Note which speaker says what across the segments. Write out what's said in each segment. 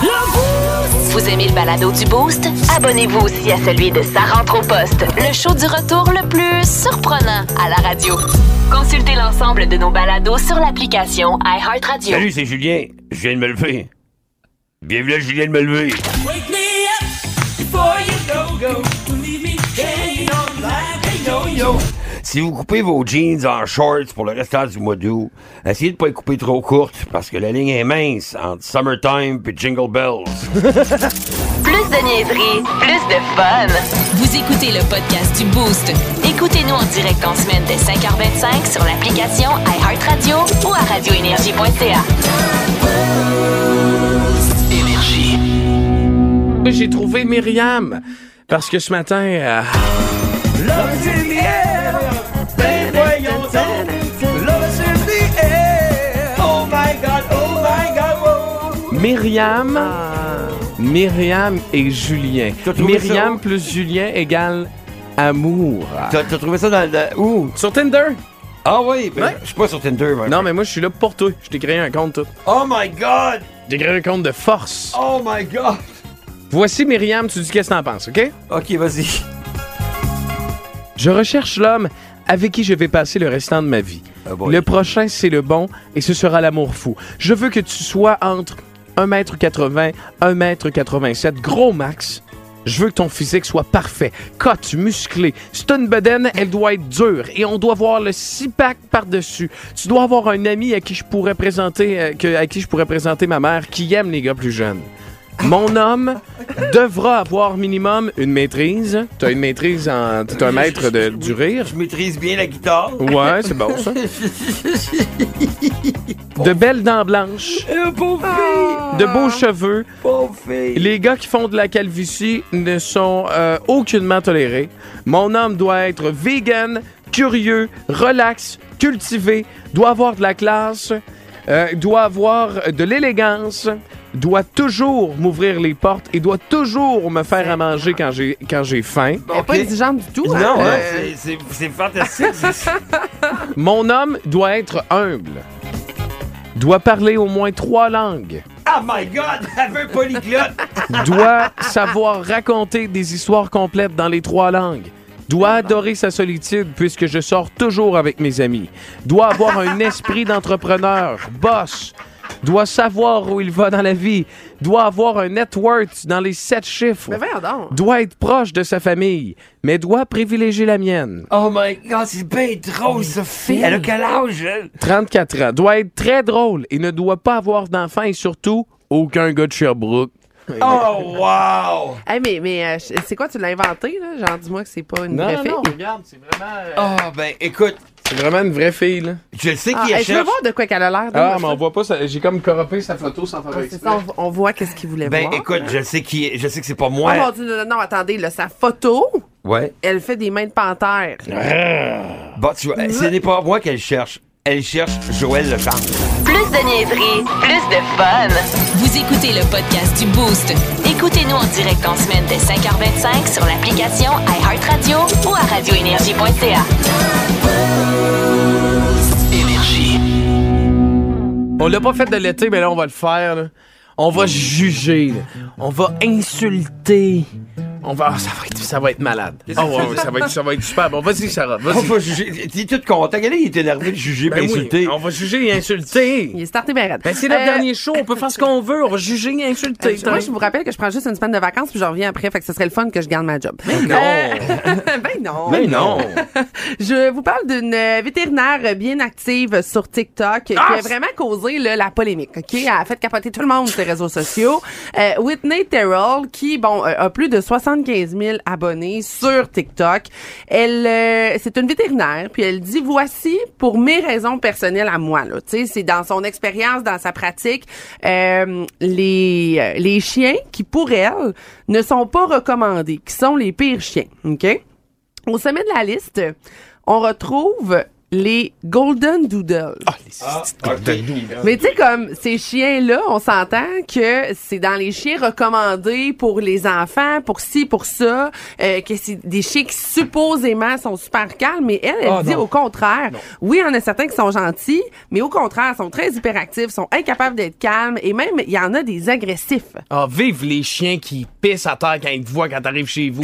Speaker 1: Vous aimez le balado du Boost? Abonnez-vous aussi à celui de Sa rentre au poste, le show du retour le plus surprenant à la radio. Consultez l'ensemble de nos balados sur l'application iHeartRadio.
Speaker 2: Salut, c'est Julien. Je viens de me lever. Bienvenue à Julien de me lever.
Speaker 3: Wake me up before you go go. Leave me hanging on like a yo-yo.
Speaker 2: Si vous coupez vos jeans en shorts pour le restant du mois d'août, essayez de pas les couper trop courtes parce que la ligne est mince entre Summertime et Jingle Bells.
Speaker 1: Plus de niaiserie, plus de fun. Vous écoutez le podcast du Boost. Écoutez-nous en direct en semaine dès 5h25 sur l'application iHeartRadio ou à radioénergie.ca.
Speaker 4: Oui, J'ai trouvé Myriam. Parce que ce matin, euh,
Speaker 3: Love's in the air. Ben voyons donc. Love's in the air. Oh my God, oh my God, oh.
Speaker 4: Myriam, Myriam et Julien.
Speaker 2: T'as trouvé
Speaker 4: Myriam
Speaker 2: ça?
Speaker 4: plus Julien égale amour.
Speaker 2: T'as t'as trouvé ça dans le... Où?
Speaker 4: Sur Tinder?
Speaker 2: Ah oui, ben,
Speaker 4: Ouais.
Speaker 2: je suis pas sur Tinder. moi.
Speaker 4: Non, mais moi, je suis là pour toi. Je t'ai créé un compte, toi.
Speaker 2: Oh my God!
Speaker 4: J'ai créé un compte de force.
Speaker 2: Oh my God!
Speaker 4: Voici Myriam, tu dis qu'est-ce que t'en penses, OK?
Speaker 2: OK, vas-y.
Speaker 4: Je recherche l'homme avec qui je vais passer le restant de ma vie.
Speaker 2: Ah boy.
Speaker 4: le prochain, c'est le bon et ce sera l'amour fou. Je veux que tu sois entre 1m80, 1m87, gros max. Je veux que ton physique soit parfait, cote, musclé. Si t'as une bedaine, elle doit être dure et on doit voir le six-pack par-dessus. Tu dois avoir un ami à qui je pourrais présenter, euh, que- à qui je pourrais présenter ma mère qui aime les gars plus jeunes. Mon homme devra avoir minimum une maîtrise. T'as une maîtrise en. T'es un maître de, du rire.
Speaker 2: Je maîtrise bien la guitare.
Speaker 4: Ouais, c'est bon ça. De belles dents blanches,
Speaker 2: Euh, pauvre fille!
Speaker 4: de beaux cheveux.
Speaker 2: Pauvre fille!
Speaker 4: Les gars qui font de la calvitie ne sont euh, aucunement tolérés. Mon homme doit être vegan, curieux, relax, cultivé, doit avoir de la classe, euh, doit avoir de l'élégance, doit toujours m'ouvrir les portes et doit toujours me faire à manger quand j'ai quand j'ai faim.
Speaker 5: Elle est
Speaker 2: Ok.
Speaker 5: pas exigeante du tout.
Speaker 2: Non,
Speaker 5: hein?
Speaker 2: non,
Speaker 5: Euh,
Speaker 2: c'est- c'est- c'est fantastique. c'est-
Speaker 4: Mon homme doit être humble. Doit parler au moins trois langues.
Speaker 2: oh my God! Elle veut un polyglotte!
Speaker 4: Doit savoir raconter des histoires complètes dans les trois langues. Doit adorer sa solitude puisque je sors toujours avec mes amis. Doit avoir un esprit d'entrepreneur, boss. Doit savoir où il va dans la vie. Doit avoir un net worth dans les sept chiffres.
Speaker 5: Mais voyons donc.
Speaker 4: Doit être proche de sa famille, mais doit privilégier la mienne.
Speaker 2: Oh my God, c'est bien drôle, ce fille! Oh, Elle a quel âge, elle?
Speaker 4: 34 ans, doit être très drôle et ne doit pas avoir d'enfants et surtout aucun gars de Sherbrooke.
Speaker 2: Oh wow!
Speaker 5: Hey, mais mais euh, je- c'est quoi, tu l'as inventé, là? Genre, dis-moi que c'est pas une vraie fille.
Speaker 4: regarde, c'est vraiment,
Speaker 2: Oh ben écoute,
Speaker 4: une vraie fille. Là.
Speaker 2: je sais
Speaker 5: Ah,
Speaker 2: qu'il
Speaker 5: hey, je veux
Speaker 2: cherche.
Speaker 5: voir de quoi qu'elle a l'air.
Speaker 4: Ah,
Speaker 5: donne-moi
Speaker 4: mais on
Speaker 5: ça.
Speaker 4: voit pas, ça- j'ai comme coropé sa photo sans faire
Speaker 5: Ah, c'est ça,
Speaker 4: exprès.
Speaker 5: on, on voit qu'est-ce qu'il voulait
Speaker 2: Ben
Speaker 5: voir.
Speaker 2: écoute, je sais qui je sais que c'est pas
Speaker 5: Oh
Speaker 2: moi.
Speaker 5: mon dieu, non, non, non, attendez, là, sa photo,
Speaker 2: Ouais.
Speaker 5: elle fait des mains de panthère.
Speaker 4: Ah.
Speaker 2: Bon, tu vois, ce n'est pas moi qu'elle cherche. Elle cherche Joël Lefebvre.
Speaker 1: Plus de niaiserie, plus de fun. Vous écoutez le podcast du Boost. Écoutez-nous en direct en semaine dès 5h25 sur l'application iHeartRadio ou à radioénergie.ca.
Speaker 4: On l'a pas fait de l'été, mais là, on va le faire. là. On va juger. là. On va insulter. On va... ah, ça, va être... ça va être malade. Oh,
Speaker 2: que tu
Speaker 4: ouais, ça, va être... ça va être super. Bon, vas-y, Sarah.
Speaker 2: On
Speaker 4: Vas-y.
Speaker 2: va juger. Il est tout content. Regardez, il est énervé de juger,
Speaker 4: Ah, Ben
Speaker 2: ben
Speaker 4: oui,
Speaker 2: insulté.
Speaker 4: on va juger et insulter.
Speaker 5: Il est starté bien raide.
Speaker 4: Ben, c'est notre
Speaker 5: Euh,
Speaker 4: dernier show, on peut faire ce qu'on veut, on va juger et
Speaker 5: euh,
Speaker 4: insulter.
Speaker 5: moi, je vous rappelle que je prends juste une semaine de vacances puis je reviens après, fait que ce serait le fun que je garde ma job.
Speaker 4: Mais non.
Speaker 5: ben non.
Speaker 4: Mais non!
Speaker 5: Je vous parle d'une euh, vétérinaire euh, bien active sur TikTok qui
Speaker 4: Ah!
Speaker 5: a vraiment causé là, la polémique. Ok, Elle a fait capoter tout le monde sur les réseaux sociaux. Euh, Whitney Terrell, qui bon, euh, a plus de 75 000 abonnés sur TikTok. Elle, euh, c'est une vétérinaire, puis elle dit voici pour mes raisons personnelles à moi. Là, Tu sais, c'est dans son expérience, dans sa pratique, euh, les euh, les chiens qui pour elle ne sont pas recommandés, qui sont les pires chiens. Ok. Au sommet de la liste, on retrouve les Golden Doodles.
Speaker 4: Ah,
Speaker 5: Mais tu sais, comme ces chiens-là, on s'entend que c'est dans les chiens recommandés pour les enfants, pour ci, pour ça, euh, que c'est des chiens qui supposément sont super calmes, mais elle, elle
Speaker 4: Ah,
Speaker 5: dit
Speaker 4: non.
Speaker 5: au contraire. Oui, il y en a certains qui sont gentils, mais au contraire, sont très hyperactifs, sont incapables d'être calmes, et même, il y en a des agressifs.
Speaker 4: Ah, vive les chiens qui pissent à terre quand ils te voient quand t'arrives chez vous.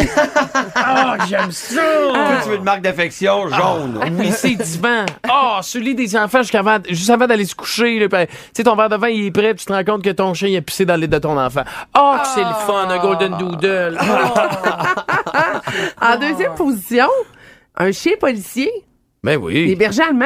Speaker 4: Ah, j'aime
Speaker 5: Euh,
Speaker 4: ça!
Speaker 2: Toi, tu veux une marque d'affection jaune.
Speaker 4: Oui, c'est divan. Ah, celui des enfants jusqu'avant, juste avant d'aller se coucher. là, puis, Tu sais, ton verre de vin, il est prêt, puis tu te rends compte que ton chien il a pissé dans le lit de ton enfant. Ah, que c'est le fun, un golden doodle.
Speaker 5: Ah.
Speaker 4: Ah.
Speaker 5: En deuxième position, un chien policier,
Speaker 4: Ben
Speaker 5: les
Speaker 4: oui.
Speaker 5: bergers allemands.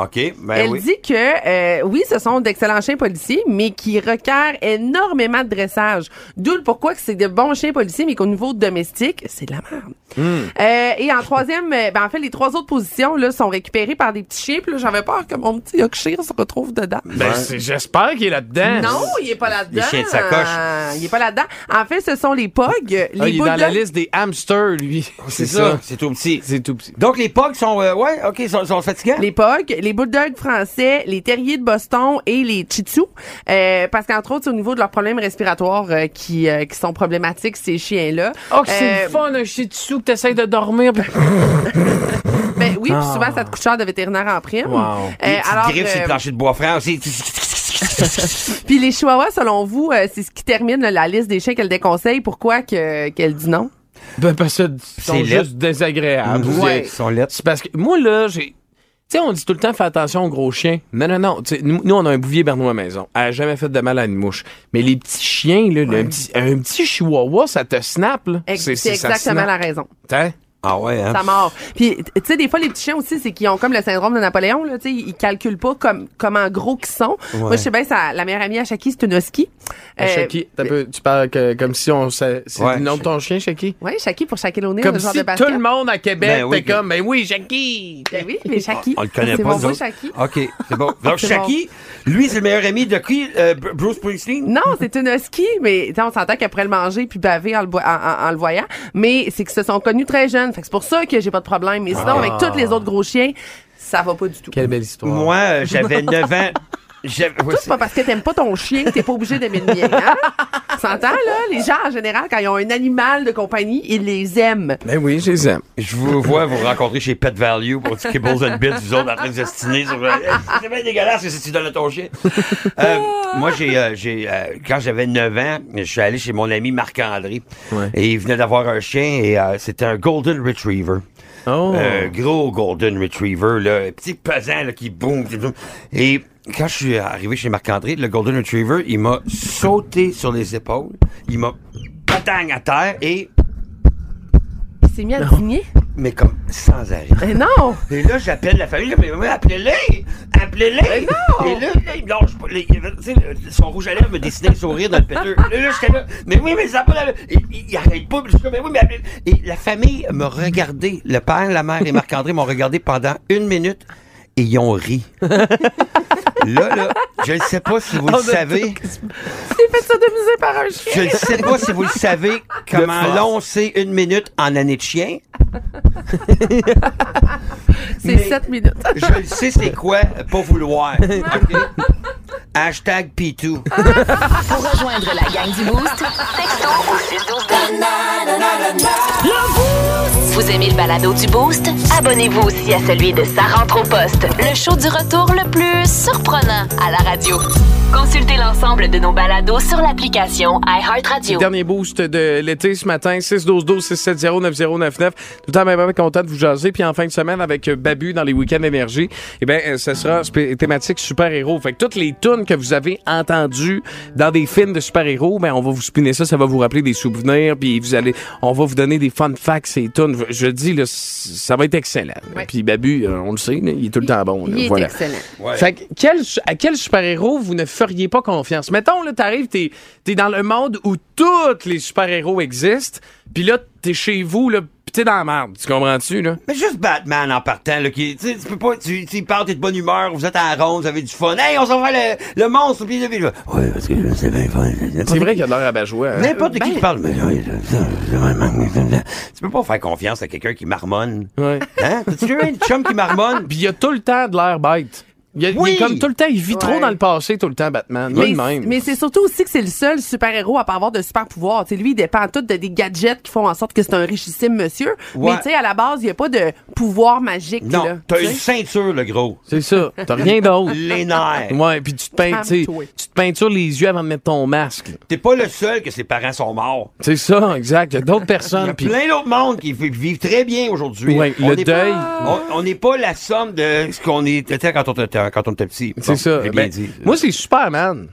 Speaker 2: OK, ben
Speaker 5: Elle
Speaker 2: oui.
Speaker 5: dit que euh, oui, ce sont d'excellents chiens policiers, mais qui requièrent énormément de dressage. D'où le pourquoi que c'est de bons chiens policiers, mais qu'au niveau domestique, c'est de la merde. Euh, et en troisième, euh, ben, en fait, les trois autres positions là, sont récupérées par des petits chiens. Puis là, j'avais peur que mon petit Yorkshire se retrouve dedans.
Speaker 4: Ben, c'est- j'espère qu'il est là-dedans.
Speaker 5: Non, il est pas là-dedans.
Speaker 2: Les chiens de sacoche.
Speaker 5: Il est pas là-dedans. En fait, ce sont les pogs, les
Speaker 4: Ah, il est dans
Speaker 5: bulldogs.
Speaker 4: la liste des hamsters, lui.
Speaker 2: C'est ça, c'est tout petit.
Speaker 4: C'est tout petit.
Speaker 2: Donc, les pogs sont. euh, ouais, OK, sont, sont fatigants.
Speaker 5: Les Pogs, les Bulldogs français, les Terriers de Boston et les Chitsu. Euh, parce qu'entre autres, c'est au niveau de leurs problèmes respiratoires euh, qui, euh, qui sont problématiques, ces chiens-là.
Speaker 4: Oh, que c'est
Speaker 5: Euh,
Speaker 4: le fun, un shih tzu que t'essayes de dormir. puis-
Speaker 5: Ben oui, puis souvent, ça te coûte cher de vétérinaire en prime.
Speaker 4: Wow.
Speaker 5: Euh,
Speaker 2: Les petites
Speaker 5: alors,
Speaker 2: griffes sur
Speaker 5: euh,
Speaker 2: le plancher de bois franc aussi.
Speaker 5: puis les Chihuahuas, selon vous, euh, c'est ce qui termine là, la liste des chiens qu'elle déconseille. Pourquoi que- qu'elle dit non?
Speaker 4: Ben, parce que c'est
Speaker 2: C'est
Speaker 4: sont
Speaker 2: laid.
Speaker 4: juste désagréables.
Speaker 2: Ouais. Ah, Ils sont lettres.
Speaker 4: C'est parce que moi, là, j'ai. Tu sais, on dit tout le temps, fais attention aux gros chiens. Non, non, non. Tu sais, Nous, nous, on a un bouvier bernois maison. Elle a jamais fait de mal à une mouche. Mais les petits chiens, là, le- un, petit, un petit chihuahua, ça te snap, là.
Speaker 5: Ex- C'est exactement la raison.
Speaker 4: la
Speaker 2: Ah ouais, hein.
Speaker 5: Ça mord. Puis, tu sais, des fois, les petits chiens aussi, c'est qu'ils ont comme le syndrome de Napoléon, là, tu sais, ils calculent pas comme, comment gros qu'ils sont. Moi, je sais bien, ça, la meilleure amie à Shaki, c'est une husky. Euh,
Speaker 4: Shaki, t'as peu- tu parles que- comme si on. sa- C'est
Speaker 2: Ouais.
Speaker 4: le nom de ton chien, Shaki?
Speaker 5: Ouais, Shaki pour Shaki O'Neal,
Speaker 4: Comme
Speaker 5: le genre
Speaker 4: si
Speaker 5: de
Speaker 4: tout
Speaker 5: basket.
Speaker 4: le monde à Québec
Speaker 2: Ben oui,
Speaker 4: était
Speaker 2: que-
Speaker 4: comme, ben oui, Shaki!
Speaker 5: Ben oui, mais Shaki.
Speaker 2: On le connaît
Speaker 5: C'est
Speaker 2: pas,
Speaker 5: mon
Speaker 2: nous
Speaker 5: beau
Speaker 2: autres.
Speaker 5: Shaki.
Speaker 2: OK, c'est bon. Donc,
Speaker 5: C'est
Speaker 2: Shaki, lui, c'est le meilleur ami de qui? Euh, Br- Bruce Springsteen?
Speaker 5: Non, c'est une husky, mais tu sais, on s'entend qu'après le manger puis baver en le, boi- en, en- en le voyant. Mais c'est qu'ils se sont connus très jeunes. Fait que c'est pour ça que j'ai pas de problème. Mais sinon, avec
Speaker 2: Ah.
Speaker 5: tous les autres gros chiens, ça va pas du tout.
Speaker 4: Quelle belle histoire.
Speaker 2: Moi, euh, j'avais 9 ans. J'avais- ouais,
Speaker 5: Tout, c'est pas parce que t'aimes pas ton chien que t'es pas obligé d'aimer le mien. Hein? On s'entend, là? Les gens, en général, quand ils ont un animal de compagnie, ils les aiment.
Speaker 4: Ben oui, je les aime.
Speaker 2: Je vous vois vous rencontrer chez Pet Value pour du kibbles and bits, vous autres en train de vous ostiner sur... Euh, C'est bien dégueulasse que si tu donnes à ton chien. Euh, moi, j'ai, euh, j'ai, euh, quand j'avais 9 ans, je suis allé chez mon ami Marc-André.
Speaker 4: Ouais.
Speaker 2: Et il venait d'avoir un chien et euh, c'était un Golden Retriever.
Speaker 4: Oh.
Speaker 2: Un Euh, gros Golden Retriever, là, un petit pesant là, qui boum. qui boum. Et quand je suis arrivé chez Marc-André, le Golden Retriever, il m'a sauté sur les épaules. Il m'a patang à terre et...
Speaker 5: Il s'est mis à dîner.
Speaker 2: Mais comme sans arrêt.
Speaker 5: Mais Eh non!
Speaker 2: Et là, j'appelle la famille, je dis, Mais appelez-les! Appelez-les! Et là, là, il me lâche pas. Les- tu sais, le- son rouge à lèvres me dessinait un sourire dans le péteux. Là, là, j'étais là, mais oui, mais ça a pas la- Il, il- il arrête pas, puis je suis comme, mais oui, mais appelez Et la famille m'a regardé. Le père, la mère et Marc-André m'ont regardé pendant une minute et ils ont ri. là, là, je ne sais pas si vous le savez.
Speaker 5: Il fait sodomiser par un chien.
Speaker 2: Je ne sais pas si vous le savez comment long c'est une minute en année de chien.
Speaker 5: C'est 7 minutes.
Speaker 2: Je le sais c'est quoi pas vouloir. OK? Hashtag P2.
Speaker 1: Pour rejoindre la gang du Boost, textons au 612 Vous aimez le balado du Boost? Abonnez-vous aussi à celui de Sa rentre au poste, le show du retour le plus surprenant à la radio. Consultez l'ensemble de nos balados sur l'application iHeartRadio.
Speaker 4: Dernier boost de l'été ce matin, 612-12-670-9099. Tout le temps, bien, bien content de vous jaser. Puis en fin de semaine, avec euh, Babu dans les week-ends énergie, eh bien, euh, ce sera spé- thématique super-héros. Fait que toutes les tunes que vous avez entendues dans des films de super-héros, ben, on va vous spinner ça, ça va vous rappeler des souvenirs. Puis vous allez, on va vous donner des fun facts, ces tunes. Je, je dis, là, c- ça va être excellent.
Speaker 5: Ouais.
Speaker 4: Puis Babu, euh, on le sait, là, il est tout le temps bon. là.
Speaker 5: Il est
Speaker 4: Voilà.
Speaker 5: excellent.
Speaker 4: Fait que quel, su- à quel super-héros vous ne feriez pas confiance? Mettons, là, t'arrives, t'es, t'es dans le monde où tous les super-héros existent, puis là, t'es chez vous, là, pis rester dans la merde. Tu comprends-tu, là?
Speaker 2: Mais juste Batman en partant, là, qui, tu sais, tu peux pas, tu, tu pars, t'es de bonne humeur, vous êtes à la ronde, vous avez du fun. Hey, on s'en va le, le monstre, puis le Ouais, parce que c'est bien fun.
Speaker 4: C'est vrai qu'il y a de l'air à bajoua. hein?
Speaker 2: N'importe qui qui parle, mais oui, ça, ça, ça, ça, ça, ça. tu peux pas faire confiance à quelqu'un qui marmonne.
Speaker 4: Ouais.
Speaker 2: Hein? T'as-tu vu un chum qui marmonne?
Speaker 4: Puis il y a tout le temps de l'air bête. Il, y a, il est
Speaker 2: Oui.
Speaker 4: comme tout le temps, il vit trop
Speaker 5: Ouais.
Speaker 4: dans le passé, tout le temps, Batman.
Speaker 5: Mais,
Speaker 4: Lui-même.
Speaker 5: mais c'est surtout aussi que c'est le seul super-héros à pas avoir de super-pouvoir. Tu sais, Lui, il dépend tout de des gadgets qui font en sorte que c'est un richissime monsieur.
Speaker 2: Ouais.
Speaker 5: Mais tu sais, à la base, il n'y a pas de pouvoir magique. là,
Speaker 2: Non, t'as
Speaker 5: tu
Speaker 2: une
Speaker 5: sais.
Speaker 2: ceinture, le gros.
Speaker 4: C'est ça. T'as rien d'autre.
Speaker 2: Les nerfs.
Speaker 4: Ouais, puis tu te peins, tu sais,
Speaker 5: Calme-toi.
Speaker 4: tu te peintures les yeux avant de mettre ton masque. là.
Speaker 2: T'es pas le seul que ses parents sont morts.
Speaker 4: C'est ça, exact. Il y a d'autres
Speaker 2: Il y
Speaker 4: personnes.
Speaker 2: a
Speaker 4: puis-
Speaker 2: plein d'autres mondes qui vi- vivent très bien aujourd'hui.
Speaker 4: Ouais,
Speaker 2: On
Speaker 4: le
Speaker 2: est
Speaker 4: deuil.
Speaker 2: pas- on- on n'est pas la somme de ce qu'on est était quand on était, quand on était petit.
Speaker 4: C'est
Speaker 2: Bon,
Speaker 4: ça.
Speaker 2: j'ai bien
Speaker 4: Ben,
Speaker 2: dit.
Speaker 4: Moi, c'est Superman.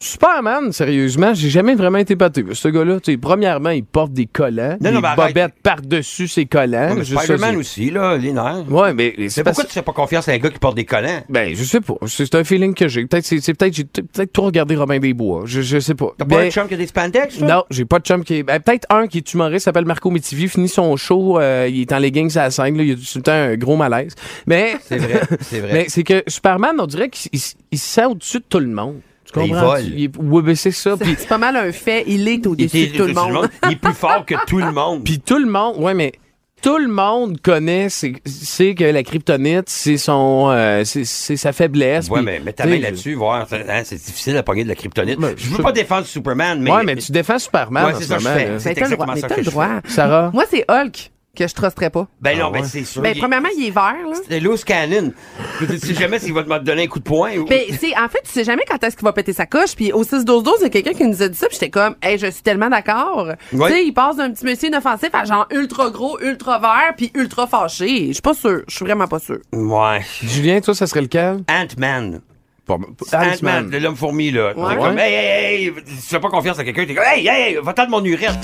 Speaker 4: Superman, sérieusement, j'ai jamais vraiment été battu. Ce gars-là, tu sais, premièrement, il porte des collants,
Speaker 2: Non, non,
Speaker 4: des
Speaker 2: mais arrête.
Speaker 4: bobettes par-dessus ses collants.
Speaker 2: Non, mais
Speaker 4: Juste ça,
Speaker 2: Spider-Man
Speaker 4: c'est-
Speaker 2: aussi, là, les nerfs.
Speaker 4: Ouais, mais
Speaker 2: Mais
Speaker 4: c'est
Speaker 2: pourquoi
Speaker 4: parce...
Speaker 2: tu fais pas confiance à un gars qui porte des collants?
Speaker 4: Ben, je sais pas. C'est c'est un feeling que j'ai. Peut-être, c'est c'est peut-être, j'ai t- peut-être trop regardé Robin des Bois. Je, je sais pas.
Speaker 2: T'as pas
Speaker 4: Ben,
Speaker 2: un chum qui a des spandex, toi?
Speaker 4: Non, j'ai pas de chum qui est. ben, peut-être un qui est humoriste, s'appelle Marco Métivier, finit son show, euh, il est en leggings à la scène, là, il a tout le temps un gros malaise. Mais.
Speaker 2: C'est vrai, c'est vrai.
Speaker 4: Mais c'est que Superman, on dirait qu'il s- il se sent au-dessus de tout le monde. Tu
Speaker 2: Mais il
Speaker 4: comprends?
Speaker 2: vole.
Speaker 4: est- ouais, ben, c'est ça. Puis
Speaker 5: C'est pas mal un fait. Il est
Speaker 2: Il
Speaker 5: au-dessus
Speaker 2: est-
Speaker 5: de tout le monde.
Speaker 2: Il est plus fort que tout le monde.
Speaker 4: Puis tout le monde, ouais, mais tout le monde connaît, c'est sait que la kryptonite, c'est son, euh, c'est c'est sa faiblesse.
Speaker 2: ouais,
Speaker 4: puis,
Speaker 2: mais mets ta
Speaker 4: tu sais,
Speaker 2: main là-dessus, voir. C'est- hein, c'est difficile à pogner de la kryptonite.
Speaker 4: Ben,
Speaker 2: je
Speaker 4: je
Speaker 2: veux
Speaker 4: sais-
Speaker 2: pas défendre Superman, mais.
Speaker 4: Ouais, mais tu défends Superman.
Speaker 2: Ouais,
Speaker 4: en
Speaker 2: c'est
Speaker 4: ce
Speaker 2: ça que je
Speaker 4: moment,
Speaker 2: fais.
Speaker 4: là.
Speaker 2: C'est
Speaker 5: Mais t'as le
Speaker 2: exactement
Speaker 5: droit.
Speaker 2: ça
Speaker 5: Mais t'as
Speaker 2: que
Speaker 5: le
Speaker 2: je
Speaker 5: droit.
Speaker 4: Sarah.
Speaker 5: Moi, c'est Hulk que je trusterais pas.
Speaker 2: Ben non,
Speaker 4: Ah
Speaker 2: ben
Speaker 4: ouais.
Speaker 2: c'est sûr.
Speaker 5: Ben,
Speaker 2: il-
Speaker 5: premièrement, il est vert, là.
Speaker 2: C'est loose cannon. Je veux dire, Tu sais jamais s'il va te donner un coup de poing. ou-
Speaker 5: Ben, c'est, en fait, tu sais jamais quand est-ce qu'il va péter sa coche. Puis au 6-12-12, il y a quelqu'un qui nous a dit ça. Puis j'étais comme, hey, je suis tellement d'accord. Tu sais, il passe d'un petit monsieur inoffensif à genre ultra gros, ultra vert, puis ultra fâché. Je suis pas sûre. Je suis vraiment pas sûre.
Speaker 2: Ouais.
Speaker 4: Julien, toi, ça serait lequel?
Speaker 2: Ant-Man.
Speaker 4: Pas-
Speaker 2: Ant-Man,
Speaker 4: Ant-Man.
Speaker 2: de l'homme fourmi, là.
Speaker 5: Ouais.
Speaker 2: C'est comme, hey, hey, hey, tu fais pas confiance à quelqu'un, t'es comme, hey, hey, va-t'en de mon urette.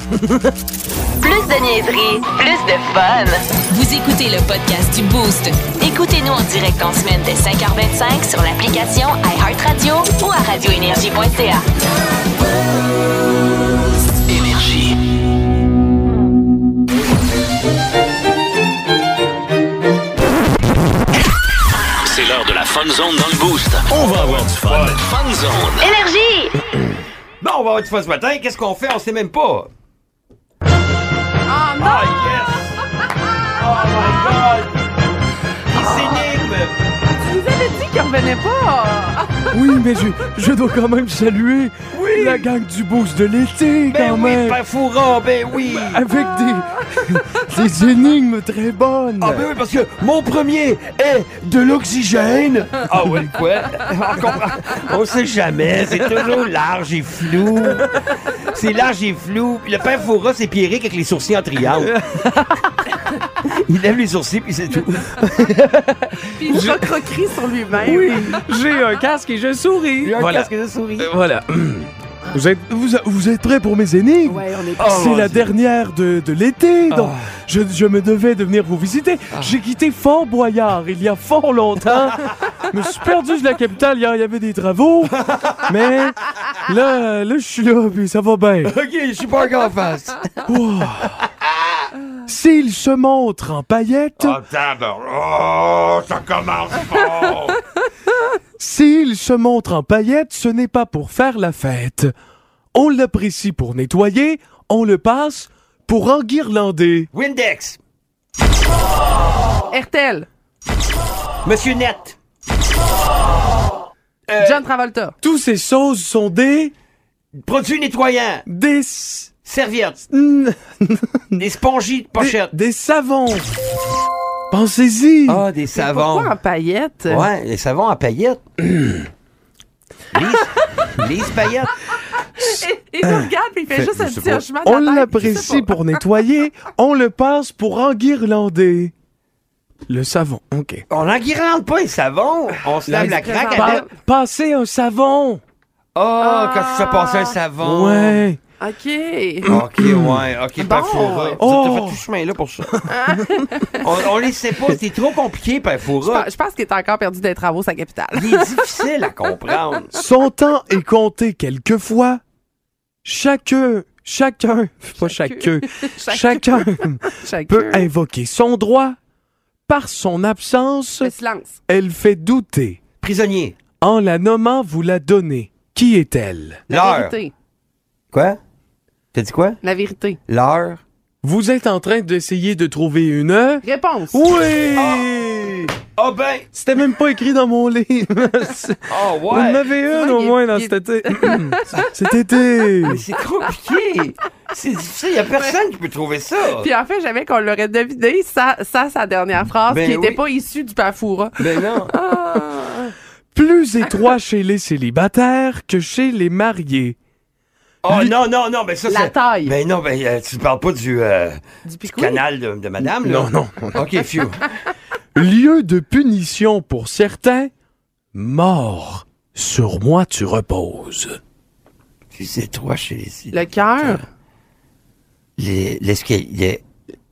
Speaker 1: Plus de niaiserie, plus de fun. Vous écoutez le podcast du Boost. Écoutez-nous en direct en semaine dès 5h25 sur l'application iHeartRadio ou à radioénergie.ca.
Speaker 6: C'est l'heure de la Fun Zone dans le Boost. On va avoir du fun. Fun Zone.
Speaker 1: Énergie!
Speaker 2: Bon, on va avoir du fun ce matin. Qu'est-ce qu'on fait? On sait même pas.
Speaker 5: Ah non!
Speaker 2: Ah, yes! Oh my God! Les énigmes!
Speaker 5: Tu nous avais dit qu'il revenait pas! Ah,
Speaker 4: Oui, mais je, je dois quand même saluer la gang du boost de l'été,
Speaker 2: Ben
Speaker 4: quand
Speaker 2: oui,
Speaker 4: même.
Speaker 2: Pafoura, ben oui!
Speaker 4: Avec des, des énigmes très bonnes.
Speaker 2: Ah ben oui, parce que mon premier est de l'oxygène. Ah ouais, quoi? On comprend. On sait jamais, c'est toujours large et flou. C'est large et flou. Puis Le père Foura, c'est Pierrick avec les sourcils en triangle. Il lève les sourcils, puis c'est tout.
Speaker 5: Puis il recroquerie sur lui-même.
Speaker 4: Oui, j'ai un casque et je souris.
Speaker 2: Eh Il a un
Speaker 4: voilà.
Speaker 2: casque de souris.
Speaker 4: Euh, voilà. Vous êtes, vous, vous êtes prêts pour mes énigmes
Speaker 5: Ouais, on est
Speaker 2: Oh,
Speaker 4: C'est
Speaker 2: mon
Speaker 4: la
Speaker 2: Dieu.
Speaker 4: dernière de, de l'été, donc je, je me devais de venir vous visiter. J'ai quitté Fort Boyard il y a fort longtemps. je me suis perdu de la capitale, il y a- il y avait des travaux. mais là, là je suis là, puis ça va bien.
Speaker 2: OK, je suis pas encore en face.
Speaker 4: Wow. S'il se montre en paillettes,
Speaker 2: Oh, tabarn- Oh, ça commence fort.
Speaker 4: s'il se montre en paillettes, ce n'est pas pour faire la fête. On l'apprécie pour nettoyer, on le passe pour enguirlander.
Speaker 2: Windex.
Speaker 5: RTL,
Speaker 2: Monsieur Net. Euh,
Speaker 5: John Travolta.
Speaker 4: Tous ces choses sont des...
Speaker 2: Produits nettoyants.
Speaker 4: des...
Speaker 2: Serviettes.
Speaker 4: n-
Speaker 2: Des spongies de pochette.
Speaker 4: Des savons. Pensez-y.
Speaker 2: Ah, des savons.
Speaker 5: Pourquoi en paillettes?
Speaker 2: Ouais, les savons à paillettes. Lise, Lise paillettes.
Speaker 5: Et, et
Speaker 2: Euh,
Speaker 5: il nous regarde, puis il fait juste un petit hochement de
Speaker 4: on
Speaker 5: la tête, je sais
Speaker 4: l'apprécie
Speaker 5: pas.
Speaker 4: pour nettoyer, on le passe pour enguirlander. Le savon, ok.
Speaker 2: On n'enguirlande pas les savons. On se lave la craque
Speaker 4: Pa-
Speaker 2: avec.
Speaker 4: passer un savon.
Speaker 2: Oh, quand tu fais passer un savon.
Speaker 4: Ouais.
Speaker 5: OK.
Speaker 2: OK, ouais. OK,
Speaker 5: Bon.
Speaker 2: Parfoura. Tu as
Speaker 4: Oh.
Speaker 2: fait tout ce chemin-là pour ça. on, on les sait pas. C'est trop compliqué,
Speaker 5: Je
Speaker 2: Parfoura.
Speaker 5: pense- Je pense qu'il est encore perdu des travaux, sa capitale.
Speaker 2: Il est difficile à comprendre.
Speaker 4: Son temps est compté quelquefois. Chacun, chacun, pas chacun,
Speaker 5: Chacun.
Speaker 4: chacun
Speaker 5: euh,
Speaker 4: peut invoquer son droit. Par son absence,
Speaker 5: Le silence.
Speaker 4: elle fait douter.
Speaker 2: Prisonnier.
Speaker 4: En la nommant, vous la donnez. Qui est-elle?
Speaker 5: La
Speaker 2: L'heure.
Speaker 5: vérité.
Speaker 2: Quoi? T'as dit quoi?
Speaker 5: La vérité.
Speaker 2: L'heure.
Speaker 4: Vous êtes en train d'essayer de trouver une heure?
Speaker 5: Réponse.
Speaker 4: Oui!
Speaker 2: Ah ben!
Speaker 4: C'était même pas écrit dans mon livre.
Speaker 2: Ah
Speaker 4: Vous en avez une
Speaker 5: vois,
Speaker 4: au
Speaker 5: il est-
Speaker 4: moins dans
Speaker 5: il est-
Speaker 4: cet été. cet été!
Speaker 2: Mais c'est compliqué! C'est difficile, y a personne qui peut trouver ça!
Speaker 5: Puis en fait, j'avais qu'on l'aurait deviné, ça, ça, sa dernière phrase,
Speaker 2: Ben
Speaker 5: qui n'était
Speaker 2: oui.
Speaker 5: pas issue du Pafoura.
Speaker 2: Ben non!
Speaker 4: Plus étroit chez les célibataires que chez les mariés.
Speaker 2: Oh non, non, non, mais ça
Speaker 5: La
Speaker 2: c'est.
Speaker 5: taille.
Speaker 2: Ben non, ben euh, tu parles pas du, euh,
Speaker 5: du
Speaker 2: du
Speaker 5: picou.
Speaker 2: canal de, de madame, là?
Speaker 4: Non, non,
Speaker 2: Ok, phew.
Speaker 4: Lieu de punition pour certains, mort. Sur moi tu reposes.
Speaker 2: Plus étroit chez les.
Speaker 5: Le cœur,
Speaker 2: Euh, Les- L'escalier.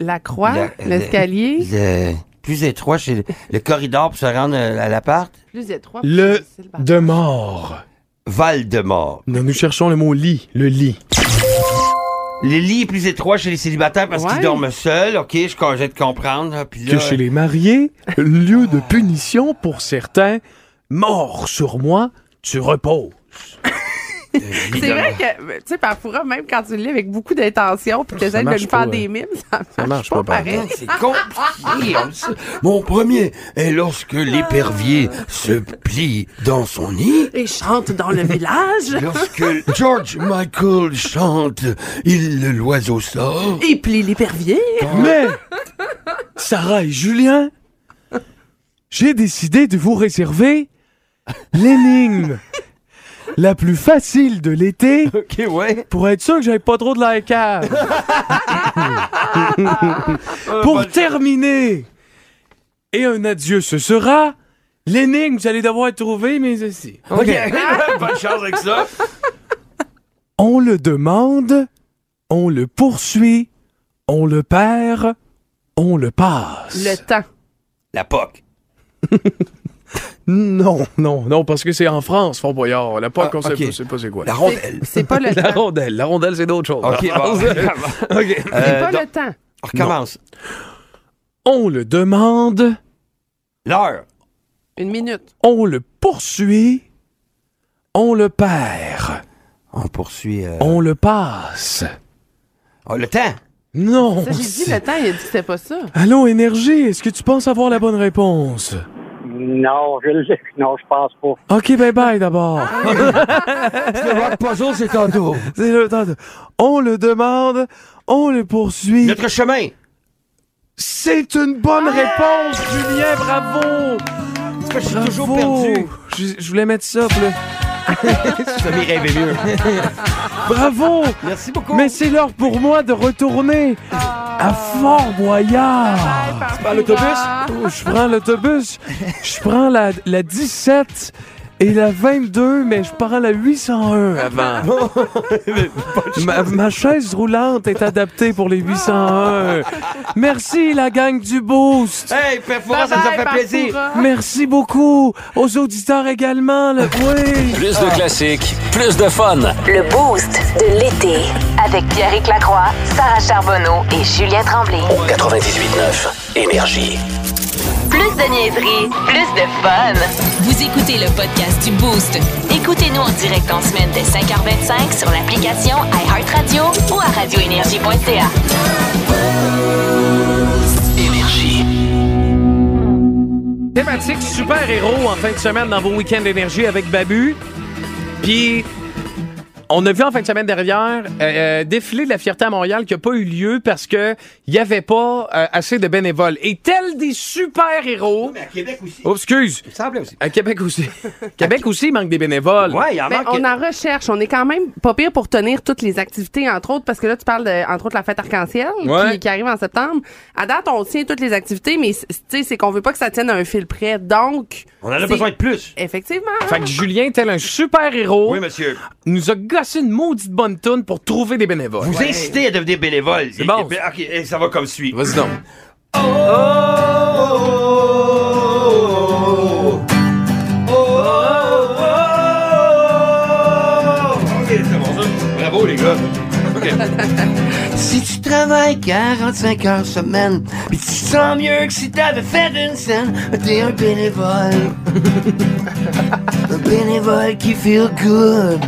Speaker 5: la croix,
Speaker 2: le-
Speaker 5: l'escalier,
Speaker 2: le- le- Plus étroit chez. Le corridor pour se rendre euh, à l'appart.
Speaker 5: plus étroit. plus
Speaker 4: Le
Speaker 5: difficile, par-
Speaker 4: de mort.
Speaker 2: Val-de-Mort.
Speaker 4: Non, nous cherchons le mot lit, le lit.
Speaker 2: Les lits plus étroits chez les célibataires parce qu'ils
Speaker 5: Ouais.
Speaker 2: dorment seuls, ok, je suis obligé de comprendre. là, Puis là,
Speaker 4: Que chez les mariés, lieu de punition pour certains, mort. Sur moi tu reposes.
Speaker 2: euh, le lit
Speaker 5: C'est
Speaker 2: de-
Speaker 5: vrai que, tu sais, Pafoura, même quand tu le lis avec beaucoup d'intention, puis que j'aille de
Speaker 4: marche
Speaker 5: lui
Speaker 4: pas,
Speaker 5: faire des
Speaker 4: euh,
Speaker 5: mimes, ça marche,
Speaker 4: marche
Speaker 5: pas,
Speaker 4: pas, par
Speaker 5: pareil.
Speaker 2: Hein, C'est compliqué. on le sait. Mon premier est lorsque l'épervier se plie dans son nid.
Speaker 5: Et chante dans le village,
Speaker 2: Lorsque George Michael chante, il l'oiseau sort.
Speaker 5: et plie l'épervier.
Speaker 4: Mais, Sarah et Julien, j'ai décidé de vous réserver l'énigme la plus facile de l'été
Speaker 2: Ok, ouais.
Speaker 4: pour être sûr que j'avais pas trop de la cave. pour terminer, et un adieu ce sera, l'énigme que vous allez devoir trouver, mais aussi.
Speaker 2: Ok. Bonne chance avec ça.
Speaker 4: On le demande, on le poursuit, on le perd, on le passe.
Speaker 5: Le temps.
Speaker 2: La POC.
Speaker 4: Non, non, non, parce que c'est en France, Fort Boyard. La POC,
Speaker 2: Ah,
Speaker 4: on sait
Speaker 2: ok.
Speaker 4: pas- sait pas c'est quoi.
Speaker 2: La rondelle.
Speaker 5: C'est pas le
Speaker 4: La
Speaker 5: temps.
Speaker 4: rondelle. La rondelle, c'est d'autres choses.
Speaker 2: Ok, bon.
Speaker 4: OK.
Speaker 5: C'est
Speaker 2: Euh,
Speaker 5: pas
Speaker 2: donc-
Speaker 5: le temps.
Speaker 2: On recommence.
Speaker 4: On le demande,
Speaker 2: L'heure.
Speaker 5: Une minute.
Speaker 4: on le poursuit, on le perd,
Speaker 2: On poursuit. euh,
Speaker 4: on le passe.
Speaker 2: oh, le temps.
Speaker 4: Non.
Speaker 5: Ça, j'ai dit
Speaker 2: Oh,
Speaker 4: c'est-
Speaker 5: le temps, il a dit que c'était pas ça.
Speaker 4: Allô, énergie, est-ce que tu penses avoir la bonne réponse?
Speaker 7: Non, je le- non, je pense pas.
Speaker 4: OK, bye bye d'abord.
Speaker 5: Ah.
Speaker 2: Le rock puzzle, c'est tantôt.
Speaker 4: C'est le temps de- On le demande, on le poursuit.
Speaker 2: Notre chemin.
Speaker 4: C'est une
Speaker 5: Ah.
Speaker 4: bonne réponse, Julien, bravo!
Speaker 2: C'est parce que je suis toujours
Speaker 4: Bravo.
Speaker 2: perdu.
Speaker 4: Je, je voulais mettre ça, puis là.
Speaker 2: Ça m'y rêvait mieux.
Speaker 4: Bravo!
Speaker 2: Merci beaucoup.
Speaker 4: Mais c'est l'heure pour moi de retourner à Fort Boyard.
Speaker 5: Par l'autobus?
Speaker 4: Oh, je prends l'autobus, je prends la, la 17 et la 22, mais je prends la 801 avant. Ma, ma chaise roulante est adaptée pour les 801. Merci la gang du Boost.
Speaker 2: Hey, Perfora, ça nous a fait plaisir.
Speaker 4: Merci beaucoup aux auditeurs également. là. Oui.
Speaker 6: Plus de classiques, plus de fun.
Speaker 1: Le boost de l'été avec Pierrick Lacroix, Sarah Charbonneau et Julien Tremblay.
Speaker 6: 98.9 Énergie.
Speaker 1: Plus de niaiserie, plus de fun. Vous écoutez le podcast du Boost. Écoutez-nous en direct en semaine dès 5h25 sur l'application iHeartRadio ou à radioénergie.ca.
Speaker 6: Énergie.
Speaker 4: Thématique super-héros en fin de semaine dans vos week-ends d'énergie avec Babu. Puis, on a vu en fin de semaine dernière euh, euh, défiler de la fierté à Montréal qui n'a pas eu lieu parce que il n'y avait pas euh, assez de bénévoles. Et tels des super-héros...
Speaker 2: Mais à Québec aussi.
Speaker 4: Oh, excuse!
Speaker 2: Il me semblait aussi.
Speaker 4: À Québec aussi. Québec aussi, il manque des bénévoles.
Speaker 2: Ouais, il y en
Speaker 5: Mais
Speaker 2: manque.
Speaker 5: Ben, on en recherche. On est quand même pas pire pour tenir toutes les activités, entre autres, parce que là, tu parles, de, entre autres, la fête arc-en-ciel
Speaker 4: Ouais.
Speaker 5: qui, qui arrive en septembre. À date, on tient toutes les activités, mais c- tu sais, c'est qu'on veut pas que ça tienne à un fil près. Donc,
Speaker 2: On en a
Speaker 5: c'est-
Speaker 2: besoin de plus.
Speaker 5: Effectivement.
Speaker 4: Fait que Julien, tel un super-héros,
Speaker 2: Oui, monsieur.
Speaker 4: nous a gossé une maudite bonne toune pour trouver des bénévoles.
Speaker 2: Vous incitez à devenir bénévole. C'est
Speaker 4: bon.
Speaker 2: OK, et ça va comme suit. Oh,
Speaker 4: Vas-y donc.
Speaker 2: oh, OK, c'est bon, ça. Bravo, les gars.
Speaker 3: Si tu travailles 45 heures semaine, pis tu te sens mieux que si t'avais fait une scène, t'es un bénévole. un bénévole qui feel good.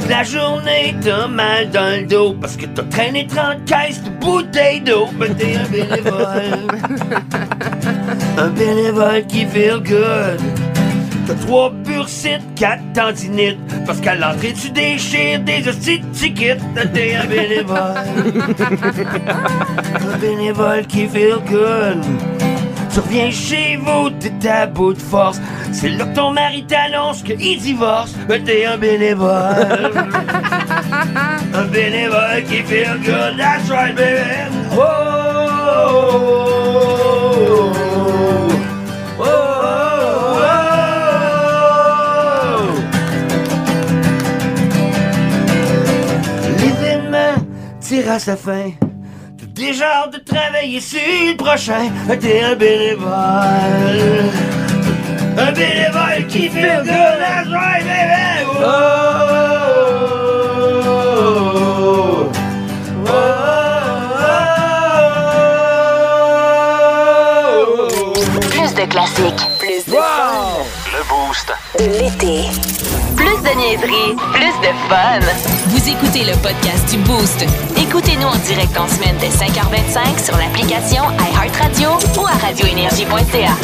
Speaker 3: Toute la journée, t'as mal dans le dos parce que t'as traîné 30 caisses de bouteilles d'eau, mais t'es un bénévole. un bénévole qui feel good. T'as trois bursites, quatre tendinites, parce qu'à l'entrée tu déchires des hosties de tickets. Ben, T'es un bénévole. un bénévole qui feel good. Tu reviens chez vous, t'es à bout de force. C'est là que ton mari t'annonce qu'il divorce.
Speaker 2: ben,
Speaker 3: Mais t'es un bénévole. un bénévole qui feel good. That's right, baby. Oh, oh, oh, oh. Oh, oh, oh, oh. L'événement tire à sa fin. T'as déjà hâte de travailler sur le prochain. T'es un bénévole. Un bénévole qui fait le that's right, baby. Oh, oh, oh, oh, oh, oh, oh.
Speaker 1: Plus de classiques, plus de
Speaker 3: Wow!
Speaker 8: Le Boost.
Speaker 1: de l'été. Plus de niaiseries, plus de fun. Vous écoutez le podcast du Boost. Écoutez-nous en direct en semaine dès 5h25 sur l'application iHeartRadio ou à radioénergie.ca.